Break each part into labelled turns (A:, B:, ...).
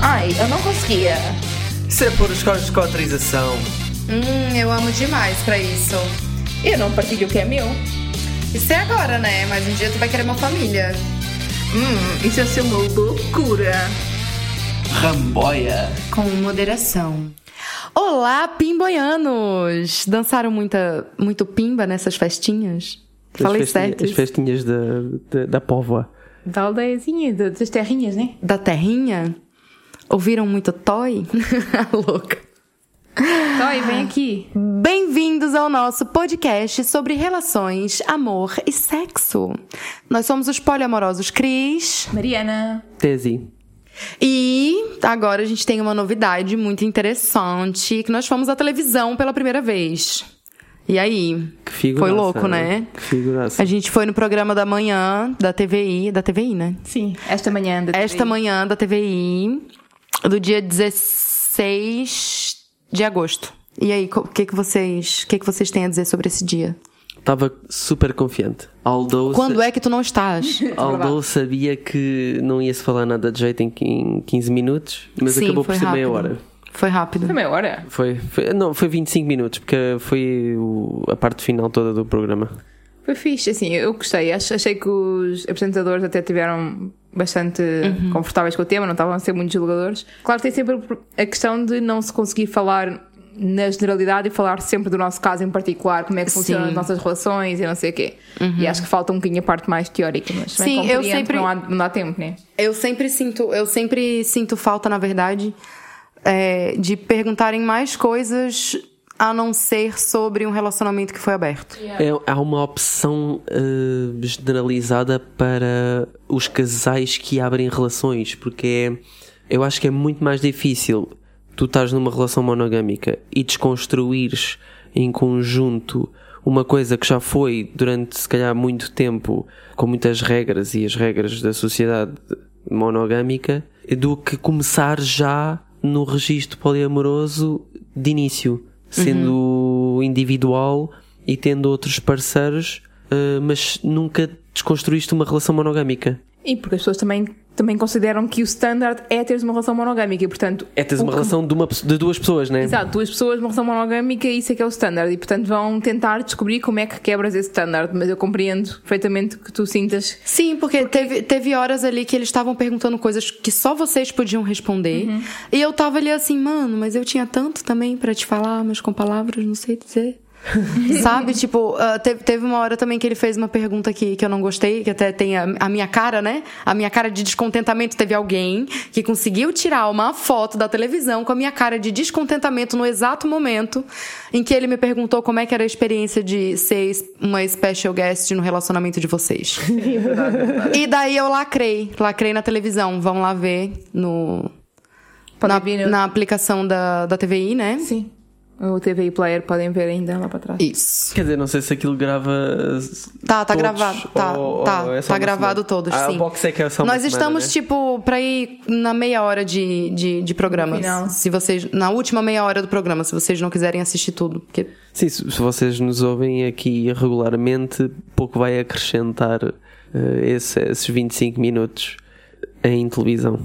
A: Ai, eu não conseguia.
B: Isso é por escotrização.
C: Hum, eu amo demais pra isso.
A: E eu não partilho o que é meu.
C: Isso é agora, né? Mas um dia tu vai querer uma família.
A: Hum, isso ia ser uma loucura.
B: Ramboia.
C: Com moderação. Olá, pimboianos! Dançaram muita, muito pimba nessas festinhas? Falei
D: as festinha-
C: certo.
D: As festinhas da, da, da povoa.
E: Da aldeiazinha, da- das terrinhas, né?
C: Da terrinha? Ouviram muito toy? Louca.
E: Toy, vem aqui.
C: Bem-vindos ao nosso podcast sobre relações, amor e sexo. Nós somos os poliamorosos Cris
E: Mariana.
D: Tese.
C: e agora a gente tem uma novidade muito interessante, que nós fomos à televisão pela primeira vez. E aí?
D: Que figuraça.
C: Foi louco, né?
D: Que figuraça.
C: A gente foi no programa da manhã da TVI, da TVI, né?
E: Sim, esta manhã. da
C: Esta
E: TV.
C: manhã da TVI, do dia 16 de agosto. E aí, co- o que que vocês, o que que vocês têm a dizer sobre esse dia?
D: Estava super confiante. Although,
C: Quando é que tu não estás?
D: although sabia que não ia-se falar nada de jeito em, qui- em 15 minutos, mas
C: Sim,
D: acabou por
C: foi
D: ser
C: rápido.
D: meia hora.
C: Foi rápido.
E: Foi é meia hora.
D: Foi, foi, não, foi 25 minutos, porque foi o- a parte final toda do programa.
E: Foi fixe, assim, eu gostei. Ach- Achei que os apresentadores até tiveram bastante confortáveis com o tema, não estavam a ser muito julgadores. Claro que tem sempre a questão de não se conseguir falar na generalidade e falar sempre do nosso caso em particular, como é que funcionam
C: Sim.
E: as nossas relações e não sei o quê. E acho que falta um bocadinho a parte mais teórica, mas também
C: Sim, eu
E: compreendo que
C: sempre-
E: não, há, não dá tempo, né?
C: Eu sempre sinto, eu sempre sinto falta, na verdade, é, de perguntarem mais coisas a não ser sobre um relacionamento que foi aberto.
D: É- há uma opção eh, generalizada para os casais que abrem relações, porque é, eu acho que é muito mais difícil tu estás numa relação monogâmica e desconstruires em conjunto uma coisa que já foi durante se calhar muito tempo com muitas regras e as regras da sociedade monogâmica do que começar já no registro poliamoroso de início, sendo individual e tendo outros parceiros, eh, mas nunca desconstruíste uma relação monogâmica.
E: E porque as pessoas também, também consideram que o standard é teres uma relação monogâmica e, portanto.
D: É teres
E: o
D: uma
E: que-
D: relação de, uma, pesso- de duas pessoas, né?
E: Exato, duas pessoas, uma relação monogâmica, isso é que é o standard. E, portanto, vão tentar descobrir como é que quebras esse standard. Mas eu compreendo perfeitamente que tu sintas.
C: Sim, porque, Teve, teve horas ali que eles estavam perguntando coisas que só vocês podiam responder. E eu tava ali assim, mano, mas eu tinha tanto também pra te falar, mas com palavras não sei dizer. Sabe, tipo, ah, teve, teve uma hora também que ele fez uma pergunta que, que eu não gostei, que até tem a, a minha cara, né? A minha cara de descontentamento. Teve alguém que conseguiu tirar uma foto da televisão com a minha cara de descontentamento no exato momento em que ele me perguntou como é que era a experiência de ser es- uma special guest no relacionamento de vocês. E daí eu lacrei. Lacrei na televisão. Vão lá ver no, na,
E: Podem ver no-
C: na aplicação da, da TVI, né?
E: Sim. O TVI Player podem ver ainda lá para trás.
C: Isso.
D: Quer dizer, não sei se aquilo grava. eh,
C: Tá, tá
D: todos,
C: gravado. Tá,
D: ou-
C: tá.
D: ou é só
C: tá
D: uma
C: gravado
D: semana.
C: todos,
D: Ah,
C: sim.
D: o box é que é só uma
C: Nós
D: semana,
C: estamos,
D: né?
C: tipo, pra ir na meia hora de, de, de programa.
E: No final.
C: Se vocês. Na última meia hora do programa, se vocês não quiserem assistir tudo. Porque
D: Sim, se se vocês nos ouvem aqui regularmente, pouco vai acrescentar eh, esse- esses 25 minutos em televisão.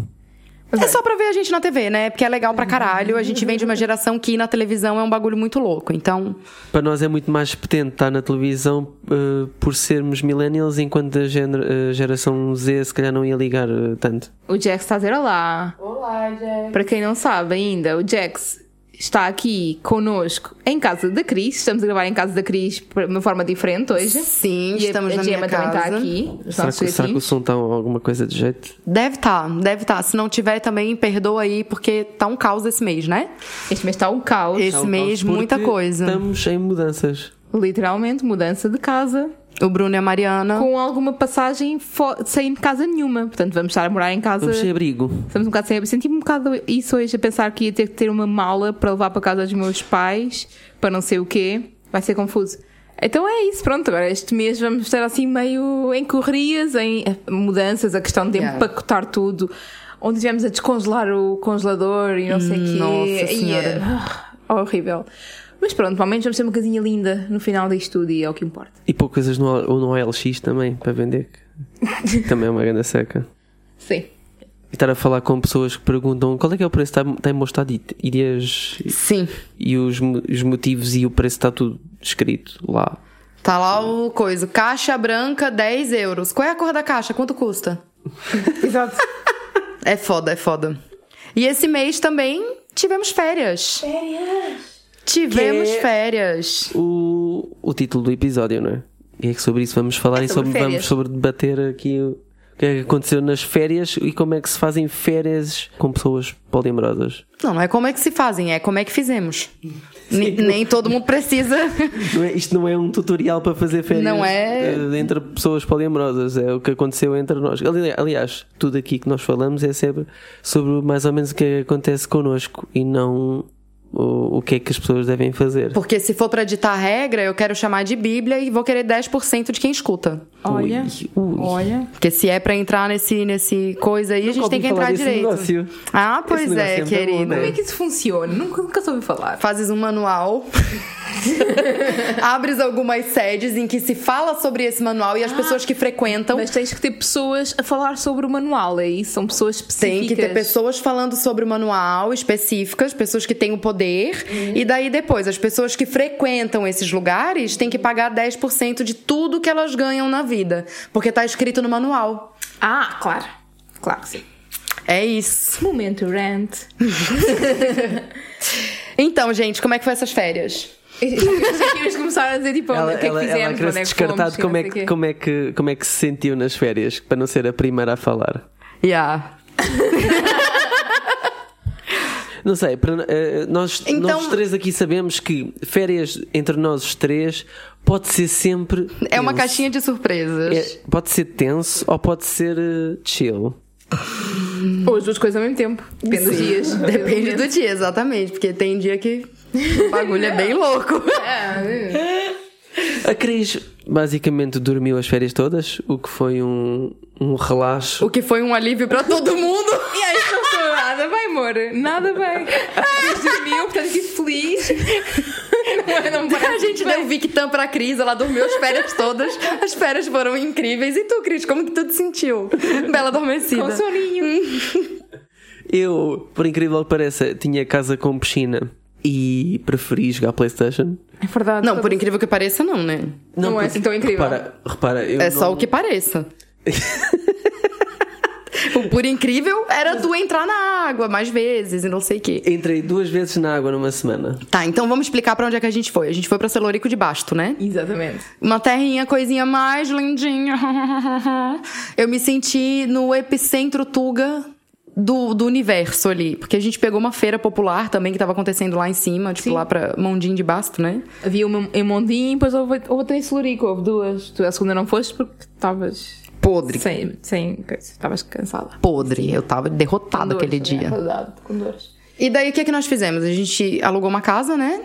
C: É só pra ver a gente na TV, né? Porque é legal pra caralho. A gente vem de uma geração que ir na televisão é um bagulho muito louco. Então,
D: Para nós é muito mais potente estar na televisão eh, por sermos millennials, enquanto a gener- a geração Z se calhar não ia ligar eh, tanto.
E: O Jax está a dizer olá. Olá, Jax. Para quem não sabe ainda, o Jax está aqui conosco em casa da Cris. Estamos a gravar em casa da Cris de uma forma diferente hoje. E é-
C: sim,
E: a-
C: estamos
E: a,
C: na minha
E: Gemma também está
C: casa.
E: aqui. os
D: Será
E: nossos
D: que, será que o
E: gatinhos.
D: som está alguma coisa de jeito?
C: Deve tá, deve tá. Se não tiver também, perdoa aí, porque tá um caos esse mês, né?
E: Este mês está um caos.
C: Esse mês, muita
D: Porque
C: coisa.
D: Estamos em mudanças.
E: Literalmente, mudança de casa.
C: O Bruno e a Mariana.
E: com alguma passagem fo- sem casa nenhuma. Portanto, vamos estar a morar em casa.
D: Vamos sem abrigo.
E: Estamos um bocado sem. Senti-me um bocado isso hoje, a pensar que ia ter que ter uma mala para levar para casa dos meus pais, para não sei o quê. Vai ser confuso. Então é isso, pronto. Agora este mês vamos estar assim meio em correrias, em eh, mudanças, a questão de
C: Yeah.
E: empacotar tudo. Onde tivemos a descongelar o congelador e não sei o quê.
C: Hum, Nossa
E: E,
C: Senhora.
E: ah, horrível. Mas pronto, ao menos vamos ter uma casinha linda no final disto tudo e é o que importa.
D: E pôr coisas no, O- no OLX também, para vender. que também é uma grande seca.
E: Sim.
D: e estar a falar com pessoas que perguntam qual é que é o preço que está mostrado e, e, dias-
C: Sim.
D: e os, mo- os motivos e o preço está tudo escrito lá.
C: Tá lá o coisa. Caixa branca, 10 euros. Qual é a cor da caixa? Quanto custa?
E: Exato.
C: É foda, é foda. E esse mês também tivemos férias. Férias! Tivemos
D: Que?
C: férias.
D: O, o título do episódio, não é? E é que sobre isso vamos falar
E: É
D: e
E: sobre
D: sobre,
E: férias.
D: vamos sobre debater aqui o, o que é que aconteceu nas férias e como é que se fazem férias com pessoas poliamorosas.
C: Não, não é como é que se fazem, é como é que fizemos. Nem, nem todo mundo precisa.
D: Não é- isto não é um tutorial para fazer férias
C: Não é?
D: eh, entre pessoas poliamorosas, é o que aconteceu entre nós. Ali- Aliás, tudo aqui que nós falamos é sempre sobre mais ou menos o que acontece connosco e não o, o que é que as pessoas devem fazer.
C: Porque se for pra ditar regra, eu quero chamar de Bíblia e vou querer 10% de quem escuta.
E: Olha.
D: Ui, ui.
E: Olha.
C: Porque se é pra entrar nesse, nesse coisa aí, a gente
D: Nunca
C: tem que
D: ouvi falar
C: entrar
D: desse
C: direito.
D: negócio.
C: Ah, pois
D: Esse
C: é,
D: negócio é muito bom,
C: querido.
D: né?
E: Como é que isso funciona? Nunca, nunca soube falar.
C: Fazes um manual, abres algumas sedes em que se fala sobre esse manual
D: Ah,
C: e as pessoas que
D: então,
C: frequentam.
E: Mas tens que ter pessoas a falar sobre o manual, é isso? São pessoas específicas.
C: Tem que ter pessoas falando sobre o manual específicas, pessoas que têm o poder.
D: Uhum.
C: E daí depois, as pessoas que frequentam esses lugares têm que pagar 10% de tudo que elas ganham na vida. Porque tá escrito no manual.
E: Ah, claro. Claro que sim.
C: É isso.
E: Momento rant.
C: Então, gente, como é que foi essas férias?
E: Eles começaram a dizer tipo,
D: Ela,
E: o que é que
D: ela, ela
E: fizemos,
D: queria
E: onde
D: se
E: é que
D: descartar
E: fomos,
D: de como,
E: não
D: é
E: sei o
D: que,
E: quê.
D: como, é que, como é que se sentiu nas férias, para não ser a primeira a falar.
C: Yeah.
D: Não sei, para- eh, nós,
C: Então-
D: nós os três aqui sabemos que férias entre nós os três pode ser sempre.
C: É uma
D: tenso.
C: caixinha de surpresas.
D: É, pode ser tenso ou pode ser eh, chill.
E: Ou as duas coisas ao mesmo tempo. Depende dos dias.
C: Depende do dia, exatamente. Porque tem dia que o bagulho é bem louco.
D: A Cris basicamente dormiu as férias todas, o que foi um, um relaxo.
C: O que foi um alívio pra todo mundo.
E: E aí, não sou nada bem, amor. Nada bem. Desde dormiu, portanto, fiquei feliz. Não, não me
C: A
E: um parece
C: gente
E: bem.
C: deu Victam pra Cris, ela dormiu as férias todas. As férias foram incríveis. E tu, Cris, como que tu te sentiu? Bela adormecida.
E: Com soninho.
D: Eu, por incrível que pareça, tinha casa com piscina e preferi jogar Playstation.
E: É verdade.
C: Não, por incrível que pareça, não, né?
E: Não é
D: porque-
E: assim tão incrível.
D: Repara, repara eu
C: É só
D: não-
C: o que pareça. O por incrível era tu entrar na água mais vezes e não sei o quê.
D: Entrei duas vezes na água numa semana.
C: Tá, então vamos explicar pra onde é que a gente foi. A gente foi pra Celorico de Basto, né?
E: Exatamente.
C: Uma terrinha, coisinha mais lindinha. Eu me senti no epicentro Tuga do, do universo ali. Porque a gente pegou uma feira popular também que tava acontecendo lá em cima, tipo
E: Sim.
C: lá pra Mondim de Basto, né?
E: Havia uma em Mondim e depois houve outra em Celurico. Houve duas. Tu a segunda não foste porque estavas
C: Podre.
E: sem, sem coisa. Estavas cansada.
C: Podre. Eu tava derrotada aquele
E: É
C: dia.
E: verdade, com dores.
C: né? E daí o que é que nós fizemos? A gente alugou uma casa, né?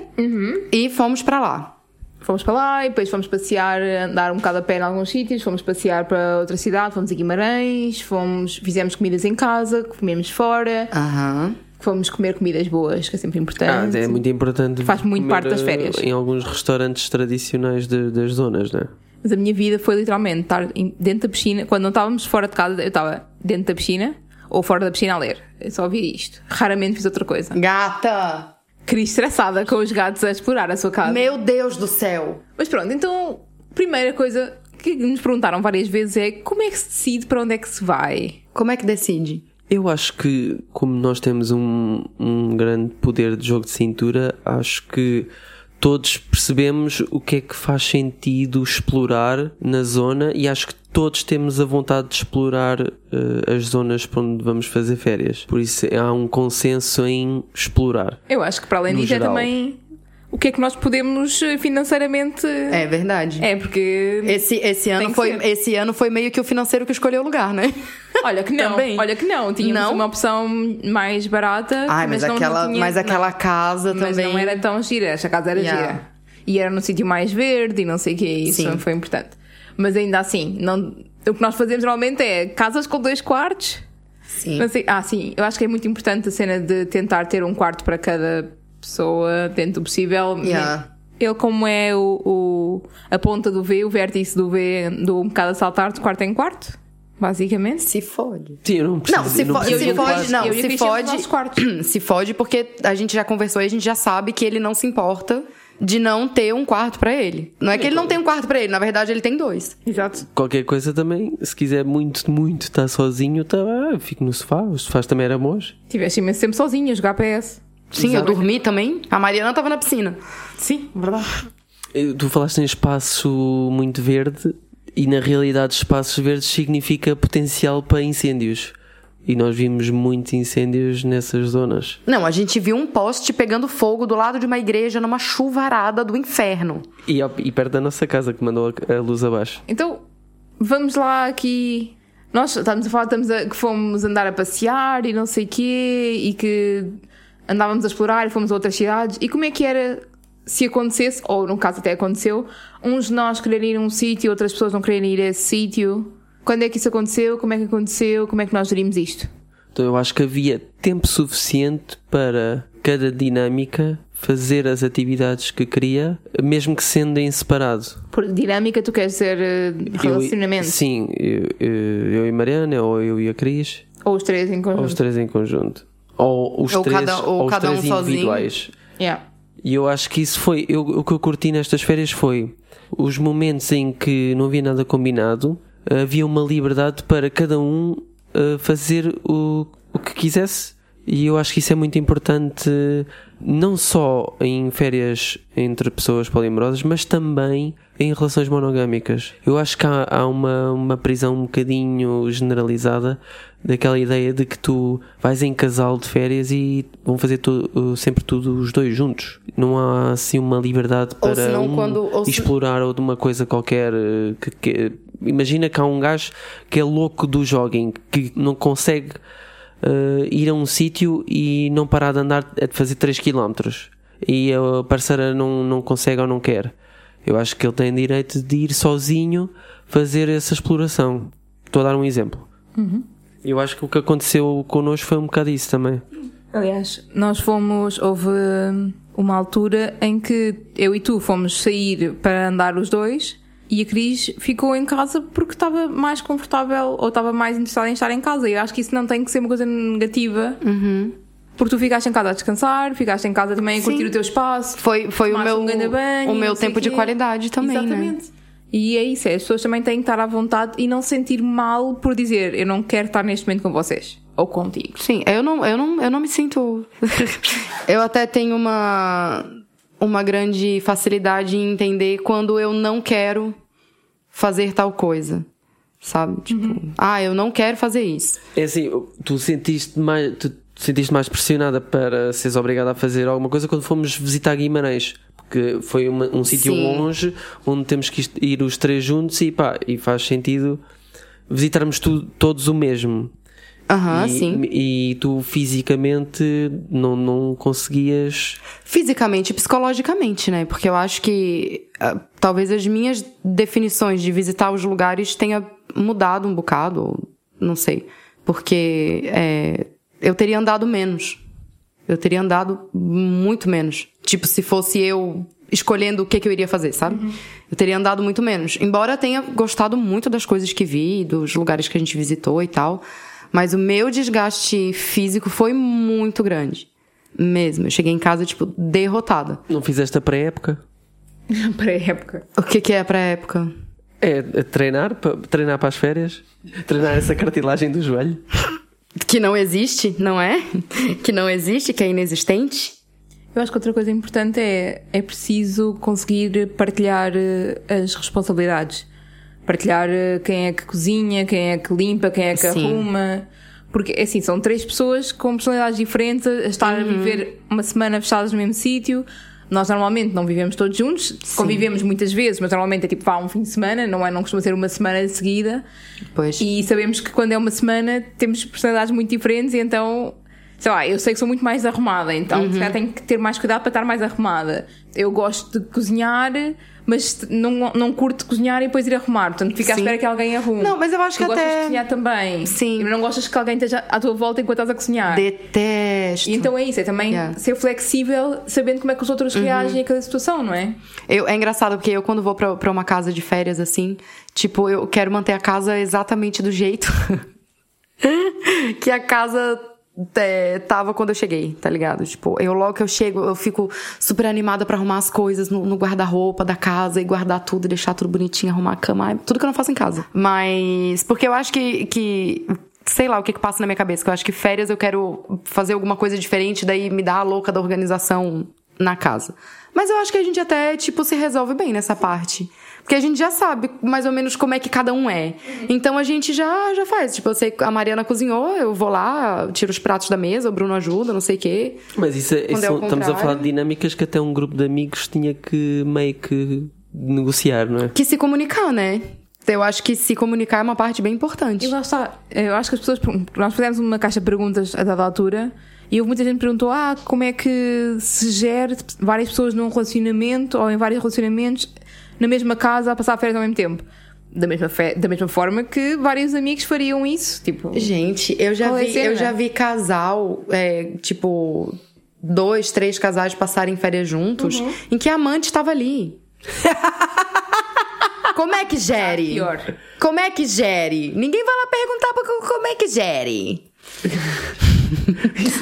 C: E fomos pra lá.
E: Fomos para lá e depois fomos passear, andar um bocado a pé em alguns sítios, fomos passear para outra cidade, fomos a Guimarães, fomos, fizemos comidas em casa, comemos fora,
C: Aham.
E: fomos comer comidas boas, que é sempre
D: Ah,
E: importante.
D: é muito importante.
E: Faz muito
D: comer,
E: parte das
D: eh,
E: férias.
D: Em alguns restaurantes tradicionais de- das zonas, né?
E: Mas a minha vida foi literalmente estar em- dentro da piscina, quando não estávamos fora de casa, eu estava dentro da piscina ou fora da piscina a ler. Eu só ouvia isto. Raramente fiz outra coisa.
C: Gata!
E: Queria estressada com os gatos a explorar a sua casa.
C: Meu Deus do céu!
E: Mas pronto, então, primeira coisa que nos perguntaram várias vezes é como é que se decide para onde é que se vai?
C: Como é que decide?
D: Eu acho que, como nós temos um, um grande poder de jogo de cintura, acho que todos percebemos o que é que faz sentido explorar na zona e acho que todos temos a vontade de explorar eh, as zonas para onde vamos fazer férias. Por isso há um consenso em explorar.
E: Eu acho que para além
D: No
E: disso é
D: geral.
E: também o que é que nós podemos eh, financeiramente. É,
C: É verdade.
E: porque.
C: Esse, esse,
E: Tem
C: ano
E: que
C: foi,
E: ser.
C: esse ano foi meio que o financeiro que escolheu o lugar, né?
E: Olha que não,
C: Também.
E: olha que não. Tínhamos
C: Não?
E: uma opção mais barata.
C: Ai, mas,
E: não- não
C: aquela,
E: tinha-
C: mas
E: não,
C: aquela casa
E: mas
C: também.
E: não era tão gira, esta casa era
C: Yeah.
E: gira. E era num sítio mais verde e não sei o que, isso
C: Sim.
E: foi importante. Mas ainda assim, não, o que nós fazemos normalmente é casas com dois quartos.
C: Sim.
E: Não sei- ah, sim, eu acho que é muito importante a cena de tentar ter um quarto para cada pessoa dentro do possível.
C: Yeah.
E: Ele, como é o, o- a ponta do V, o vértice do V, do um bocado a saltar de quarto em quarto. basicamente.
C: Se fode.
D: Sim, eu não preciso.
C: Não, se,
D: eu não
C: fo
D: preciso
C: se
D: de um
C: fode,
D: quarto.
C: não,
E: Eu e a
C: se
E: Cristina no
C: fode,
E: nosso quarto.
C: se fode porque a gente já conversou e a gente já sabe que ele não se importa de não ter um quarto pra ele. Não é que ele não tem um quarto pra ele, na verdade ele tem dois.
E: Exato.
D: Qualquer coisa também, se quiser muito, muito estar sozinho, tá, ah, fico no sofá. Os sofás também eram bons.
E: Tiveste imenso tempo sozinha a jogar PS.
C: Sim, eu dormi também. A Mariana tava na piscina.
E: Sim, verdade.
D: Eh, Tu falaste em espaço muito verde e na realidade espaços verdes significa potencial para incêndios. E nós vimos muitos incêndios nessas zonas.
C: Não, a gente viu um poste pegando fogo do lado de uma igreja numa chuvarada do inferno.
D: E, ao- e perto da nossa casa que mandou a, a luz abaixo.
E: Então, vamos lá aqui. Nós estamos a falar estamos a- que fomos andar a passear e não sei quê, e que andávamos a explorar e fomos a outras cidades. E como é que era se acontecesse, ou no caso até aconteceu, uns de nós quererem ir a um sítio e outras pessoas não quererem ir a esse sítio? Quando é que isso aconteceu? Como é que aconteceu? Como é que nós gerimos isto?
D: Então eu acho que havia tempo suficiente para cada dinâmica fazer as atividades que queria, mesmo que sendo em separado.
E: Por dinâmica, tu queres dizer eh, relacionamento?
D: Eu, e- sim, eu, eu, eu e Mariana, ou eu e a Cris,
E: Ou os três em
D: ou
E: conjunto?
D: os três em conjunto. Ou os
C: Hum. Ou
D: três,
C: cada- ou
D: ou os
C: cada um
D: três
C: sozinho.
D: individuais.
E: Yeah.
D: E eu acho que isso foi. eu- o que eu curti nestas férias foi os momentos em que não havia nada combinado, havia uma liberdade para cada um eh, fazer o, o que quisesse. E eu acho que isso é muito importante, eh, não só em férias entre pessoas poliamorosas, mas também em relações monogâmicas. Eu acho que há, há uma, uma prisão um bocadinho generalizada daquela ideia de que tu vais em casal de férias e vão fazer tu- eh, sempre tudo os dois juntos. Não há assim uma liberdade
C: Ou
D: para
C: senão
D: um
C: quando- ou se-
D: explorar ou de uma coisa qualquer eh, que, que- imagina que há um gajo que é louco do jogging que não consegue eh, ir a um sítio e não parar de andar a fazer 3 km e a parceira não, não consegue ou não quer eu acho que ele tem direito de ir sozinho fazer essa exploração estou a dar um exemplo eu acho que o que aconteceu connosco foi um bocado isso também
E: Aliás, nós fomos, houve hum, uma altura em que eu e tu fomos sair para andar os dois e a Cris ficou em casa porque estava mais confortável ou estava mais interessada em estar em casa. E eu acho que isso não tem que ser uma coisa negativa.
C: Uhum.
E: Porque tu ficaste em casa a descansar, ficaste em casa também a curtir o teu espaço.
C: Foi, foi o
E: tomaste
C: meu,
E: um grande banho,
C: o meu
E: não sei
C: tempo de
E: quê.
C: qualidade também, né?
E: Exatamente. E é isso, é, as pessoas também têm que estar à vontade e não sentir mal por dizer eu não quero estar neste momento com vocês ou contigo.
C: Sim, eu não, eu não, eu não me sinto. eu até tenho uma, uma grande facilidade em entender quando eu não quero fazer tal coisa. Sabe? Tipo, ah, eu não quero fazer isso.
D: É assim, tu sentiste mais, tu te sentiste mais pressionada para seres obrigada a fazer alguma coisa quando fomos visitar Guimarães, porque foi uma- um sítio
C: Sim.
D: longe onde temos que ist- ir os três juntos e pá, e faz sentido visitarmos tu- todos o mesmo.
C: Aham,
D: e,
C: Ah, sim.
D: e tu fisicamente não, não conseguias.
C: Fisicamente e psicologicamente, né? Porque eu acho que ah, talvez as minhas definições de visitar os lugares tenha mudado um bocado, ou não sei. Porque é, eu teria andado menos. Eu teria andado muito menos. Tipo, se fosse eu escolhendo o que, que eu iria fazer, sabe? Eu teria andado muito menos. Embora tenha gostado muito das coisas que vi, dos lugares que a gente visitou e tal. Mas o meu desgaste físico foi muito grande. Mesmo. Eu cheguei em casa, tipo, derrotada.
D: Não fizeste a pré-época.
E: Para a época.
C: O que, que é pra época?
D: É é treinar, pa- treinar para as férias, treinar essa cartilagem do joelho.
C: Que não existe, não é? Que não existe, que é inexistente?
E: Eu acho que outra coisa importante é é preciso conseguir partilhar eh, as responsabilidades. Partilhar eh, quem é que cozinha, quem é que limpa, quem é que
C: Sim.
E: arruma. Porque, é assim, são três pessoas com personalidades diferentes a estar a viver uma semana fechadas no mesmo sítio. Nós normalmente não vivemos todos juntos, convivemos muitas vezes, mas normalmente é tipo vá um fim de semana, não é? Não costuma ser uma semana de seguida.
C: Pois.
E: E sabemos que quando é uma semana temos personalidades muito diferentes, e então sei lá, eu sei que sou muito mais arrumada, então se
C: Uhum.
E: calhar tenho que ter mais cuidado para estar mais arrumada. Eu gosto de cozinhar, mas não, não curto cozinhar e depois ir arrumar, portanto fico à
C: Sim.
E: espera que alguém arrume.
C: Não, mas eu acho
E: tu
C: que
E: gostas
C: até-
E: de cozinhar também.
C: Sim.
E: E não gostas que alguém esteja à tua volta enquanto estás a cozinhar.
C: Detesto.
E: E então é isso, é também
C: Yeah. Uhum.
E: ser flexível, sabendo como é que os outros reagem àquela situação, não é?
C: Eu- é engraçado, porque eu, quando vou pra, pra uma casa de férias assim, tipo, eu quero manter a casa exatamente do jeito que a casa é, tava quando eu cheguei, tá ligado? Tipo, eu logo que eu chego, eu fico super animada pra arrumar as coisas no, no guarda-roupa da casa e guardar tudo, deixar tudo bonitinho, arrumar a cama, ai, tudo que eu não faço em casa. Mas, porque eu acho que. que Sei lá o que, que passa na minha cabeça, que eu acho que férias eu quero fazer alguma coisa diferente, daí me dá a louca da organização na casa. Mas eu acho que a gente até, tipo, se resolve bem nessa parte. Porque a gente já sabe mais ou menos como é que cada um é. Então a gente já, já faz. Tipo, eu sei que a Mariana cozinhou, eu vou lá, tiro os pratos da mesa, o Bruno ajuda, não sei o quê.
D: Mas isso, é-
C: Quando é
D: isso-
C: ao
D: estamos a
C: contrário.
D: falar de dinâmicas que até um grupo de amigos tinha que meio que negociar, não é?
C: Que se comunicar, né? Eu acho que se comunicar é uma parte bem importante.
E: E lá está, eu acho que as pessoas. pergun- Nós fizemos uma caixa de perguntas a dada altura e houve muita gente que perguntou: ah, como é que se gera várias pessoas num relacionamento ou em vários relacionamentos na mesma casa a passar férias ao mesmo tempo? Da mesma, fe- da mesma forma que vários amigos fariam isso, tipo.
C: Gente, eu já
E: Qual é a
C: vi,
E: cena?
C: eu já vi casal, é, tipo, dois, três casais passarem férias juntos,
E: Uhum.
C: em que a amante estava ali. Como é que gere?
E: Tá pior.
C: Como é que gere? Ninguém vai lá perguntar pra co- como é que gere.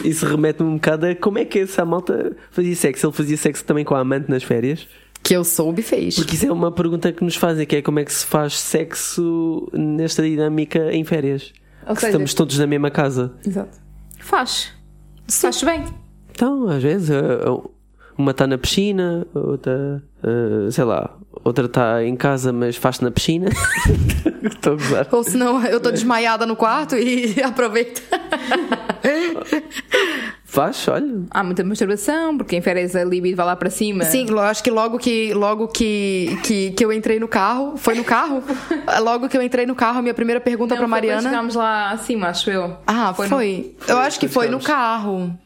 D: Isso remete-me um bocado a como é que essa malta fazia sexo. Ele fazia sexo também com a amante nas férias?
C: Que eu soube fez.
D: Porque isso é uma pergunta que nos fazem, que é como é que se faz sexo nesta dinâmica em férias?
E: Ou
D: Que
E: seja-
D: estamos todos na mesma casa.
E: Exato. Faz. Faz bem.
D: Então, às vezes, eh, uma está na piscina, outra, eh, sei lá, outra está em casa, mas faz na piscina. Estou a gozar.
C: Ou senão eu tô desmaiada no quarto e aproveito.
D: Faz, olha.
E: Há muita masturbação, porque em férias a libido vai lá para cima.
C: Sim, eu acho que logo que logo que, que, que eu entrei no carro, foi no carro? Logo que eu entrei no carro, a minha primeira pergunta
E: Não,
C: pra
E: foi quando
C: então Mariana.
E: Chegámos lá acima, acho eu.
C: Ah, foi.
E: no-
C: Eu acho que foi no carro.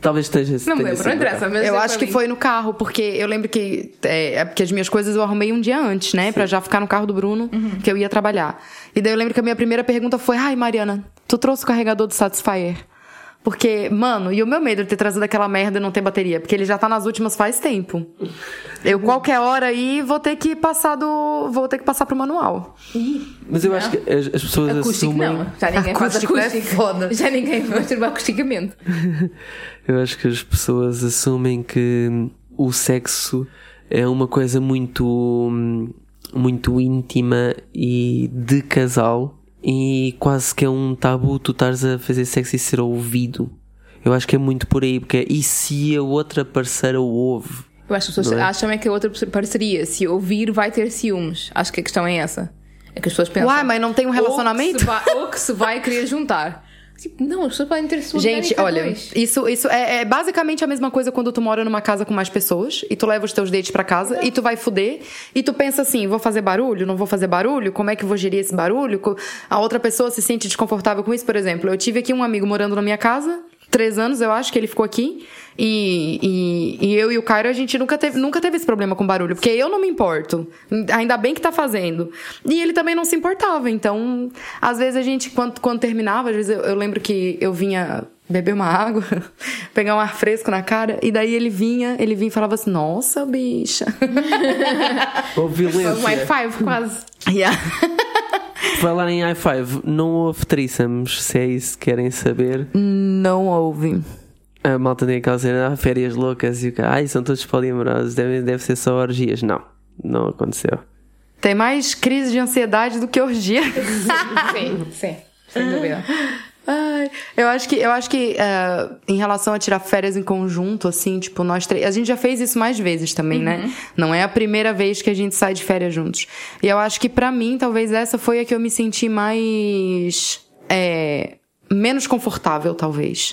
D: Talvez esteja.
E: Não me
D: tenha
E: lembro,
D: sido
E: não interessa, mas
C: eu
E: é
C: acho que
E: ali.
C: foi no carro, porque eu lembro que é, é porque as minhas coisas eu arrumei um dia antes, né, Pra já ficar no carro do Bruno,
E: Uhum.
C: que eu ia trabalhar. E daí eu lembro que a minha primeira pergunta foi: "Ai, Mariana, tu trouxe o carregador do Satisfyer?" Porque, mano, e o meu medo de ter trazido aquela merda e não ter bateria, porque ele já tá nas últimas faz tempo. Eu qualquer hora aí vou ter que passar do, vou ter que passar pro manual.
D: Mas eu acho que as, as pessoas
E: Acústico
D: assumem.
E: não, já ninguém faz
C: Acústico é
E: acústico.
C: foda.
E: Já ninguém masturba acusticamente.
D: Eu acho que as pessoas assumem que o sexo é uma coisa muito, hum, muito íntima e de casal e quase que é um tabu tu estares a fazer sexo e ser ouvido. Eu acho que é muito por aí, porque é, e se a outra parceira o ouve?
E: Eu acho que as pessoas
D: Não é?
E: acham é que a outra parceria, se ouvir, vai ter ciúmes. Acho que a questão é essa. É que as pessoas pensam.
C: Uai, mas não tem um
E: ou que se
C: relacionamento?
E: vai- Ou que se vai, querer juntar. Tipo, não, as pessoas podem ter ciúmes.
C: Gente, olha, isso, isso é, é basicamente a mesma coisa quando tu mora numa casa com mais pessoas e tu leva os teus dates pra casa e tu vai fuder e tu pensa assim, vou fazer barulho, não vou fazer barulho, como é que eu vou gerir esse barulho? Co- A outra pessoa se sente desconfortável com isso, por exemplo. Eu tive aqui um amigo morando na minha casa, três anos eu acho que ele ficou aqui e, e, e eu e o Cairo a gente nunca teve, nunca teve esse problema com barulho, porque eu não me importo, ainda bem que tá fazendo. E ele também não se importava, então às vezes a gente, quando, quando terminava, às vezes eu, eu lembro que eu vinha beber uma água, pegar um ar fresco na cara, e daí ele vinha, ele vinha e falava assim, nossa, bicha.
D: Houve
E: Um high
D: violência.
E: five, quase.
C: Yeah.
D: Falar em i5, não houve tríçamos, se é isso que querem saber.
C: Não houve.
D: A malta tem aquela cena, ah, férias loucas e o cara, ai, são todos poliamorosos, deve, deve ser só orgias. Não, não aconteceu.
C: Tem mais crise de ansiedade do que orgia.
E: sim, sim. Sem dúvida.
C: Ai, eu acho que, eu acho que eh, em relação a tirar férias em conjunto, assim, tipo, nós três. A gente já fez isso mais vezes também, né? Não é a primeira vez que a gente sai de férias juntos. E eu acho que pra mim, talvez essa foi a que eu me senti mais. eh, menos confortável, talvez.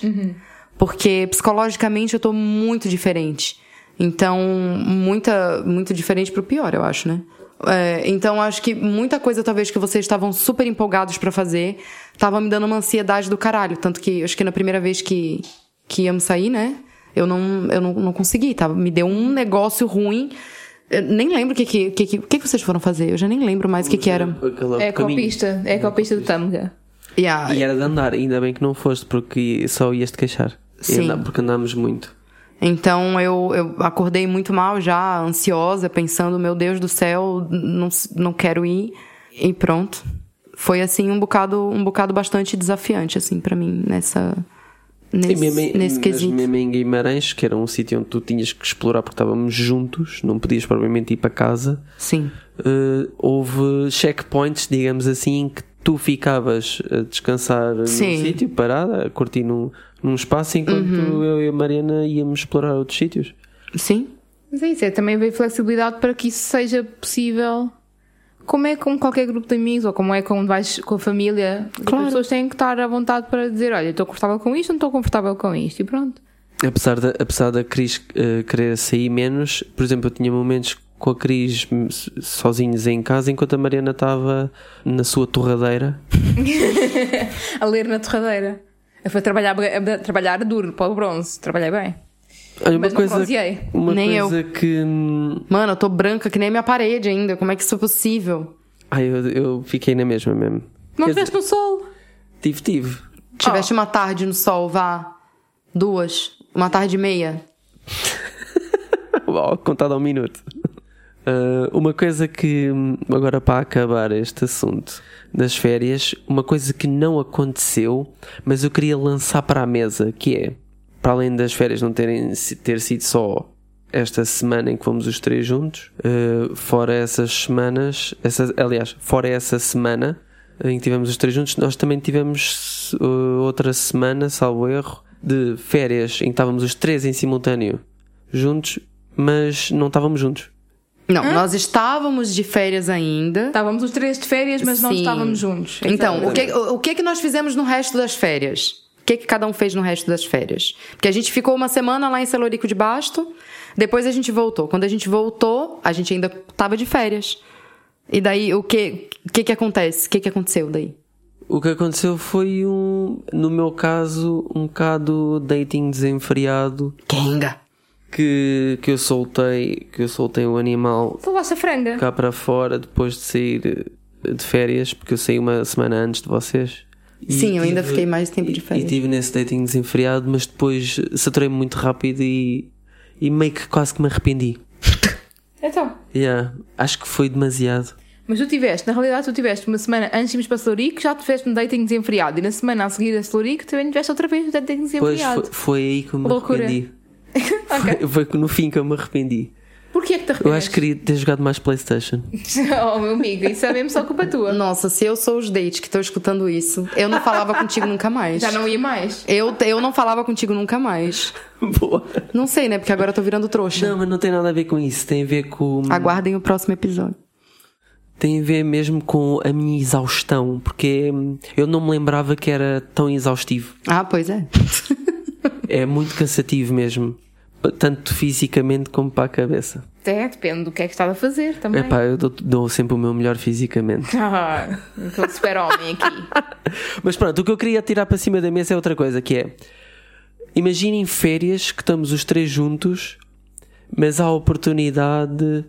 C: Porque psicologicamente eu tô muito diferente. Então, muita, muito diferente pro pior, eu acho, né? É, então acho que muita coisa talvez que vocês estavam super empolgados pra fazer tava me dando uma ansiedade do caralho. Tanto que acho que na primeira vez que, que íamos sair, né? Eu não, eu não, não consegui, tá? Me deu um negócio ruim. Eu nem lembro o que que, que, que, o que que vocês foram fazer. Eu já nem lembro mais o que que era.
D: Aquela
E: É
D: caminho.
E: copista, é copista do Tâmega.
C: Yeah.
D: E era de andar, ainda bem que não foste, porque só ias te queixar. E
C: Sim.
D: andar- porque andámos muito.
C: Então eu, eu acordei muito mal já, ansiosa, pensando, meu Deus do céu, não, s- não quero ir. E pronto. Foi assim um bocado, um bocado bastante desafiante assim para mim nessa nesse,
D: E mesmo em-
C: nesse
D: mas
C: quesito.
D: mesmo em Guimarães, que era um sítio onde tu tinhas que explorar porque estávamos juntos, não podias propriamente ir para casa,
C: Sim.
D: eh, houve checkpoints, digamos assim, em que tu ficavas a descansar
C: Sim.
D: num sítio, parada, a curtir num, num espaço, enquanto
E: Uhum.
D: eu e a Mariana íamos explorar outros sítios.
C: Sim.
E: Mas é isso, é também haver flexibilidade para que isso seja possível. Como é com qualquer grupo de amigos, ou como é quando vais com a família,
C: Claro.
E: as pessoas têm que estar à vontade para dizer: olha, estou confortável com isto, não estou confortável com isto, e pronto.
D: Apesar da, apesar da Cris eh, querer sair menos, por exemplo, eu tinha momentos com a Cris hum, s- sozinhos em casa enquanto a Mariana estava na sua torradeira.
E: A ler na torradeira. Eu fui trabalhar, a trabalhar duro para o bronze, trabalhei bem. Mas
D: Olha, uma
E: não
D: coisa,
E: bronzeei.
D: uma
C: Nem
D: coisa que. hum,
C: Mano, eu tô branca que nem a minha parede ainda. Como é que isso é possível?
D: Ai, eu, eu fiquei na mesma mesmo.
E: Não
D: Quer dizer,
E: estiveste no sol.
D: tive, tive.
C: Tiveste
D: Ah.
C: uma tarde no sol, vá. Duas, uma tarde e meia.
D: Uau, contado ao minuto. Ah, uma coisa que, hum, agora para acabar este assunto das férias, uma coisa que não aconteceu, mas eu queria lançar para a mesa, que é, para além das férias não terem si- ter sido só esta semana em que fomos os três juntos, ah, fora essas semanas, essa- aliás, fora essa semana em que tivemos os três juntos, nós também tivemos ah, outra semana, salvo erro, de férias em que estávamos os três em simultâneo juntos, mas não estávamos juntos.
C: Não, nós estávamos de férias ainda.
E: Estávamos os três de férias, mas não
C: Sim.
E: estávamos juntos.
C: Então, o que, o, o que que nós fizemos no resto das férias? O que que cada um fez no resto das férias? Porque a gente ficou uma semana lá em Celorico de Basto, depois a gente voltou. Quando a gente voltou, a gente ainda tava de férias. E daí, o que o que, que acontece? O que que aconteceu daí?
D: O que aconteceu foi um, no meu caso, um bocado dating desenfreado
C: Kenga.
D: que, que eu soltei, que eu soltei o animal
E: Falaste a franga.
D: cá para fora depois de sair eh, de férias, porque eu saí uma semana antes de vocês. E
C: Sim, eu ainda
D: tive-
C: fiquei mais tempo
D: e-
C: de férias.
D: E tive nesse dating desenfreado, mas depois saturei-me muito rápido e, e meio que quase que me arrependi.
E: Então.
D: Yeah, acho que foi demasiado.
E: Mas tu tiveste, na realidade, tu tiveste uma semana antes de irmos para Celurico, já tiveste um dating desenfreado. E na semana a seguir a Celurico, também tiveste outra vez um dating
D: Pois
E: desenfreado.
D: foi, foi aí que eu me
E: Loucura.
D: arrependi. Foi- Foi, no fim que eu me arrependi.
E: Porquê é que te arrependes?
D: Eu acho que queria ter jogado mais Playstation.
E: oh, meu amigo, isso é mesmo só culpa tua.
C: Nossa, se eu sou os dates que tô escutando isso, eu não falava contigo nunca mais.
E: Já não ia mais.
C: Eu, eu não falava contigo nunca mais.
D: Boa.
C: Não sei, né? Porque agora eu tô virando trouxa.
D: Não, mas não tem nada a ver com isso. Tem a ver com.
C: Aguardem o próximo episódio.
D: Tem a ver mesmo com a minha exaustão. Porque hum, eu não me lembrava que era tão exaustivo.
C: Ah, pois é.
D: É muito cansativo mesmo. Tanto fisicamente como para a cabeça.
E: É, depende do que é que estava a fazer também.
D: Epá, eu dou, dou sempre o meu melhor fisicamente.
E: Ah, aquele super-homem aqui.
D: Mas pronto, o que eu queria tirar para cima da mesa é outra coisa, que é... Imaginem férias que estamos os três juntos, mas há a oportunidade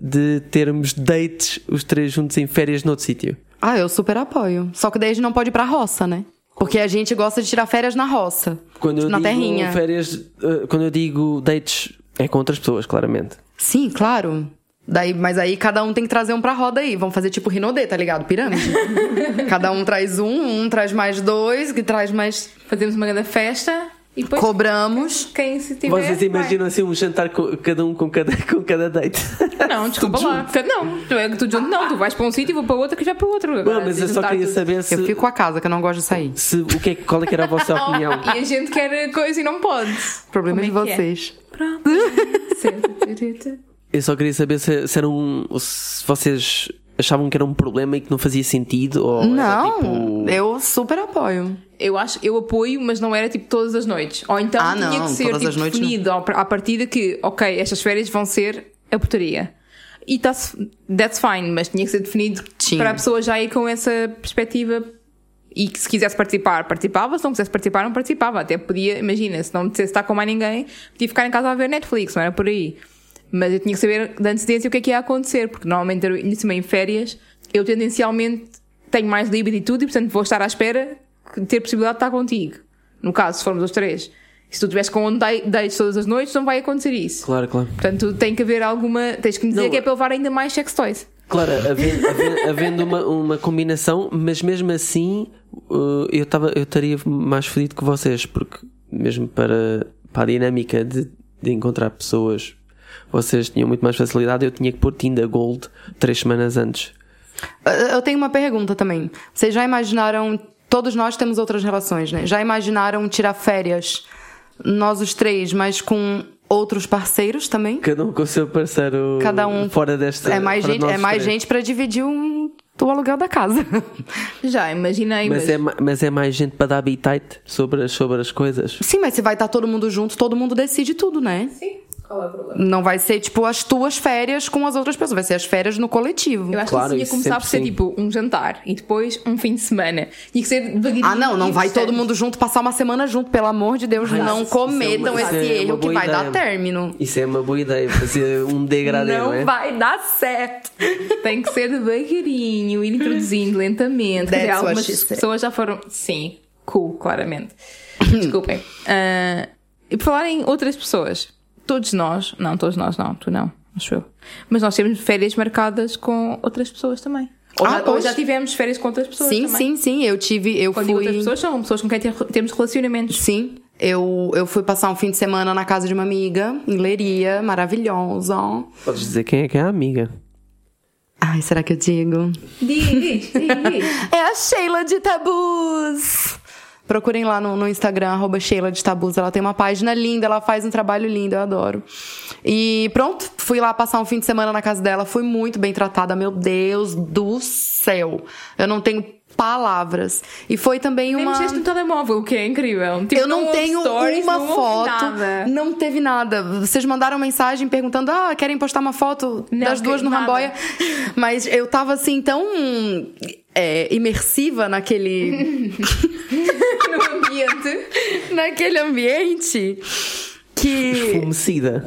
D: de termos dates os três juntos em férias noutro sítio.
C: Ah, eu super apoio. Só que daí a gente não pode ir pra roça, né? Porque a gente gosta de tirar férias na roça.
D: Quando eu
C: na
D: digo
C: terrinha.
D: férias... eh, Quando eu digo dates, é com outras pessoas, claramente.
C: Sim, claro. Daí, mas aí cada um tem que trazer um pra roda aí. Vamos fazer tipo Rinodê, tá ligado? Pirâmide. cada um traz um, um traz mais dois, que traz mais.
E: Fazemos uma grande festa e depois
C: Cobramos.
E: quem se tiver.
D: Vocês imaginam assim um jantar, com, cada um com cada, com cada date.
E: vai. Não, desculpa
D: Tudo
E: lá. Não, tu é que tu junto, não. Tu vais para um sítio e vou para outro que já para o outro.
D: Bom,
E: Agora,
D: mas eu só
E: juntar
D: queria
E: tudo.
D: saber se...
C: assim, Eu fico com a casa, que eu não gosto de sair.
D: se o que é, que- qual é que era a vossa opinião?
E: E a gente quer coisa e não pode.
C: O problema
E: Como
C: é de
E: que
C: vocês.
E: Certo.
D: Eu só queria saber se, se era um- se vocês achavam que era um problema e que não fazia sentido ou era
C: não,
D: tipo-
C: eu super apoio.
E: Eu acho, eu apoio, mas não era tipo todas as noites. Ou então
C: Ah,
E: tinha
C: não,
E: que ser
C: todas
E: tipo,
C: as noites
E: definido à à partida que, ok, estas férias vão ser a putaria. e tá-se. That's fine, mas tinha que ser definido
C: Tinha.
E: para a pessoa já ir com essa perspectiva. E que se quisesse participar, participava, se não quisesse participar, não participava. Até podia, imagina, se não me dissesse estar com mais ninguém, podia ficar em casa a ver Netflix, não era por aí. Mas eu tinha que saber de antecedência o que é que ia acontecer, porque normalmente era início meio em férias, eu tendencialmente tenho mais libido e tudo, e portanto vou estar à espera de ter possibilidade de estar contigo. No caso, se formos os três. E se tu estiveres com um date dates todas as noites, não vai acontecer isso.
D: Claro, claro.
E: Portanto, tem que haver alguma. Tens que me dizer
D: Não,
E: que é para eu levar ainda mais sex toys.
D: Claro, havendo, havendo- havendo uma, uma combinação, mas mesmo assim uh, eu, tava, eu estaria mais fodido que vocês, porque mesmo para, para a dinâmica de, de encontrar pessoas, vocês tinham muito mais facilidade, eu tinha que pôr Tinder Gold três semanas antes.
C: Eu tenho uma pergunta também. Vocês já imaginaram. Todos nós temos outras relações, né? Já imaginaram tirar férias, nós os três, mas com outros parceiros também?
D: Cada um com o seu parceiro
C: Cada um.
D: fora desta.
C: É mais
D: fora de
C: gente,
D: nós
C: é mais
D: três.
C: gente para dividir um, o aluguel da casa.
E: Já, imaginei, mas.
D: Mas é, ma- mas é mais gente para dar bitite sobre, as- sobre as coisas.
C: Sim, mas se vai estar todo mundo junto, todo mundo decide tudo, né?
E: Sim, qual é o problema?
C: Não vai ser tipo as tuas férias com as outras pessoas, vai ser as férias no coletivo.
E: Eu acho
D: Claro,
E: que isso ia
D: isso
E: começar por
D: sempre
E: ser
D: sim.
E: tipo um jantar e depois um fim de semana. Tinha que é ser devagarinho.
C: Ah, não, não vai
E: constante.
C: todo mundo junto passar uma semana junto, pelo amor de Deus, não
D: Isso é uma-
C: cometam
D: isso é
C: esse
D: uma
C: erro que
D: boa
C: vai dar
D: ideia.
C: término.
D: Isso é uma boa ideia, fazer um degradê, não,
E: Não
D: é?
E: vai dar certo. Tem que ser devagarinho, ir introduzindo lentamente. Quer dizer,
C: That's what
E: algumas
C: she said.
E: pessoas já foram. Sim, cool, claramente. Desculpem. Ah, e por falar em outras pessoas, todos nós, não, todos nós não, tu não, acho eu. Mas nós temos férias marcadas com outras pessoas também. Ou,
C: Ah,
E: já, ou
C: pois.
E: já tivemos férias com outras pessoas
C: Sim,
E: também.
C: sim, sim, eu tive, eu
E: Quando digo
C: fui
E: outras pessoas, são pessoas com quem te- temos relacionamentos.
C: Sim. Eu, eu fui passar um fim de semana na casa de uma amiga, em Leiria, maravilhosa.
D: Podes dizer quem é que é a amiga.
C: Ai, será que eu digo?
E: Diz, diz, diz.
C: É a Sheila de Tabus! Procurem lá no, no Instagram, arroba Sheila de Tabus. Ela tem uma página linda, ela faz um trabalho lindo, eu adoro. E pronto, fui lá passar um fim de semana na casa dela. Fui muito bem tratada, meu Deus do céu. Eu não tenho palavras. E foi também
E: Nem
C: uma...
E: mexeste no telemóvel, o que é incrível. Tipo,
C: Eu não
E: houve
C: tenho
E: stories,
C: uma
E: não houve
C: foto.
E: nada.
C: Não teve nada. Vocês mandaram mensagem perguntando: ah, querem postar uma foto
E: Não,
C: das duas no
E: nada.
C: Ramboia? Mas eu tava assim, tão é, imersiva naquele,
E: no ambiente.
C: naquele ambiente que,
D: Fumecida.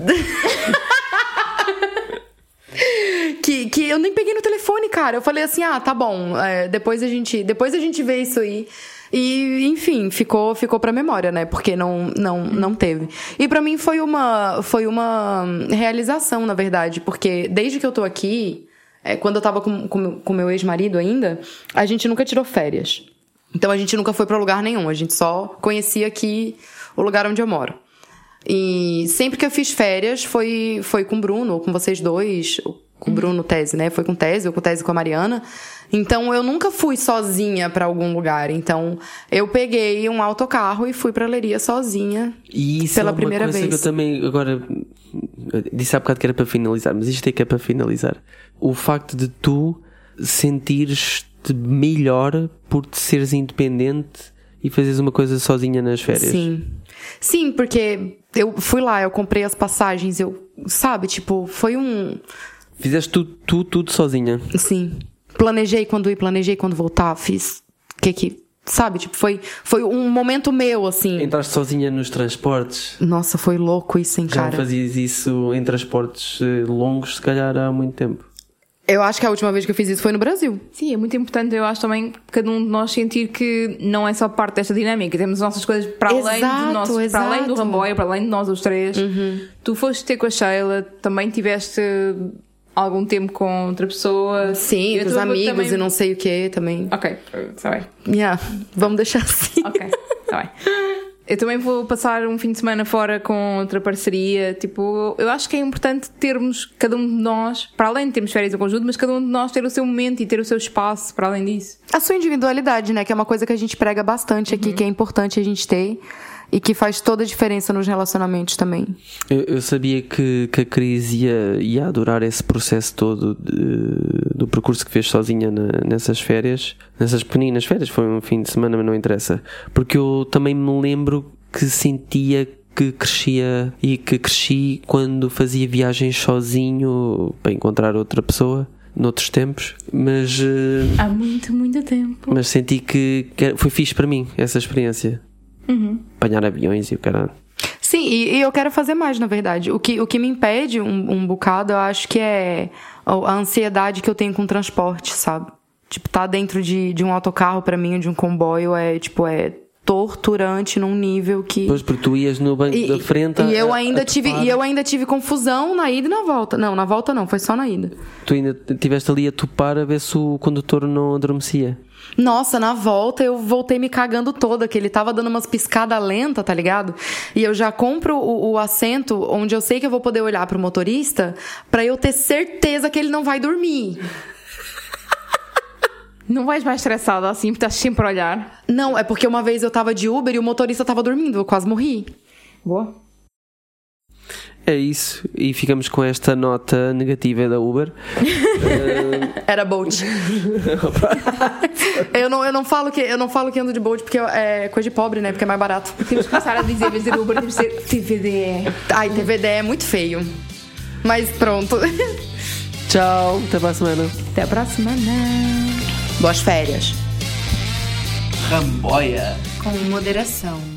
C: que, que eu nem peguei no telefone, cara. Eu falei assim: ah, tá bom, é, depois, a gente, depois a gente vê isso aí. E, enfim, ficou, ficou pra memória, né? Porque não, não, não teve. E pra mim foi uma, foi uma realização, na verdade, porque desde que eu tô aqui, é, quando eu tava com, com, com meu ex-marido ainda, a gente nunca tirou férias. Então a gente nunca foi pra lugar nenhum, a gente só conhecia aqui o lugar onde eu moro. E sempre que eu fiz férias foi, foi com o Bruno, ou com vocês dois, ou com o Bruno Tese, né? Foi com o Tese, ou com o Tese e com a Mariana. Então eu nunca fui sozinha pra algum lugar. Então eu peguei um autocarro e fui pra Leiria sozinha.
D: E isso
C: Pela
D: é uma
C: primeira
D: coisa
C: vez.
D: que eu também agora eu disse há bocado que era para finalizar, mas isto é que é para finalizar. O facto de tu sentires-te melhor por te seres independente e fazeres uma coisa sozinha nas férias.
C: Sim. Sim, porque eu fui lá, eu comprei as passagens, eu. Sabe, tipo, foi um.
D: Fizeste tu, tu tudo sozinha.
C: Sim. Planejei quando ir, planejei quando voltar, fiz. O que que. Sabe, tipo, foi, foi um momento meu, assim.
D: Entraste sozinha nos transportes.
C: Nossa, foi louco isso, hein,
D: Então- Já
C: cara?
D: não fazias isso em transportes eh, longos, se calhar há muito tempo.
C: Eu acho que a última vez que eu fiz isso foi no Brasil.
E: Sim, é muito importante, eu acho também, cada um de nós sentir que não é só parte desta dinâmica. Temos as nossas coisas para além do
C: Exato,
E: nosso,
C: exato. Uhum.
E: para além do Ramboia, para além de nós os três. Tu foste ter com a Sheila, também tiveste algum tempo com outra pessoa.
C: Sim,
E: Eu
C: com os
E: tô-
C: amigos
E: também-
C: e não sei o que também.
E: Ok, está bem.
C: Yeah, vamos deixar assim.
E: Ok, tá bem. Eu também vou passar um fim de semana fora com outra parceria. Tipo, eu acho que é importante termos, cada um de nós, para além de termos férias em conjunto, mas cada um de nós ter o seu momento e ter o seu espaço para além disso.
C: A sua individualidade, né? Que é uma coisa que a gente prega bastante aqui, que é importante a gente ter e que faz toda a diferença nos relacionamentos também.
D: Eu, eu sabia que, que a Cris ia, ia adorar esse processo todo de- do percurso que fez sozinha na- nessas férias, nessas pequeninas férias, foi um fim de semana, mas não interessa. Porque eu também me lembro que sentia que crescia e que cresci quando fazia viagens sozinho para encontrar outra pessoa noutros tempos, mas, eh,
E: Há muito, muito tempo.
D: mas senti que, que era- foi fixe para mim essa experiência.
C: Uhum.
D: Apanhar aviões e o caralho.
C: Sim, e, e eu quero fazer mais, na verdade. O que, o que me impede um, um bocado, eu acho que é a ansiedade que eu tenho com transporte, sabe? Tipo, tá dentro de, de um autocarro pra mim, ou de um comboio, é tipo, é torturante num nível que.
D: Depois porque tu ias no banco
C: E,
D: da frente.
C: e
D: a-
C: eu
D: a-
C: ainda
D: a
C: tive
D: topar.
C: e eu ainda tive confusão na ida e na volta. Não, na volta não, foi só na ida.
D: Tu ainda estiveste ali a topar a ver se o condutor não adormecia.
C: Nossa, na volta eu voltei me cagando toda, que ele tava dando umas piscadas lenta, tá ligado? E eu já compro o, o assento onde eu sei que eu vou poder olhar pro motorista pra eu ter certeza que ele não vai dormir.
E: Não vais mais estressada assim, porque estás sempre a olhar.
C: Não, é porque uma vez eu tava de Uber e o motorista tava dormindo, eu quase morri.
E: Boa.
D: É isso. E ficamos com esta nota negativa da Uber.
C: Era Bolt. eu, não, eu não falo que eu não falo que ando de Bolt porque eu- é coisa de pobre, né? Porque é mais barato.
E: Temos que começar a dizer, em vez de dizer Uber, temos que dizer TVDE.
C: Ai, TVD é muito feio. Mas pronto.
D: Tchau, até para a semana.
E: Até a próxima. né?
C: Boas férias.
B: Ramboia.
A: Com moderação.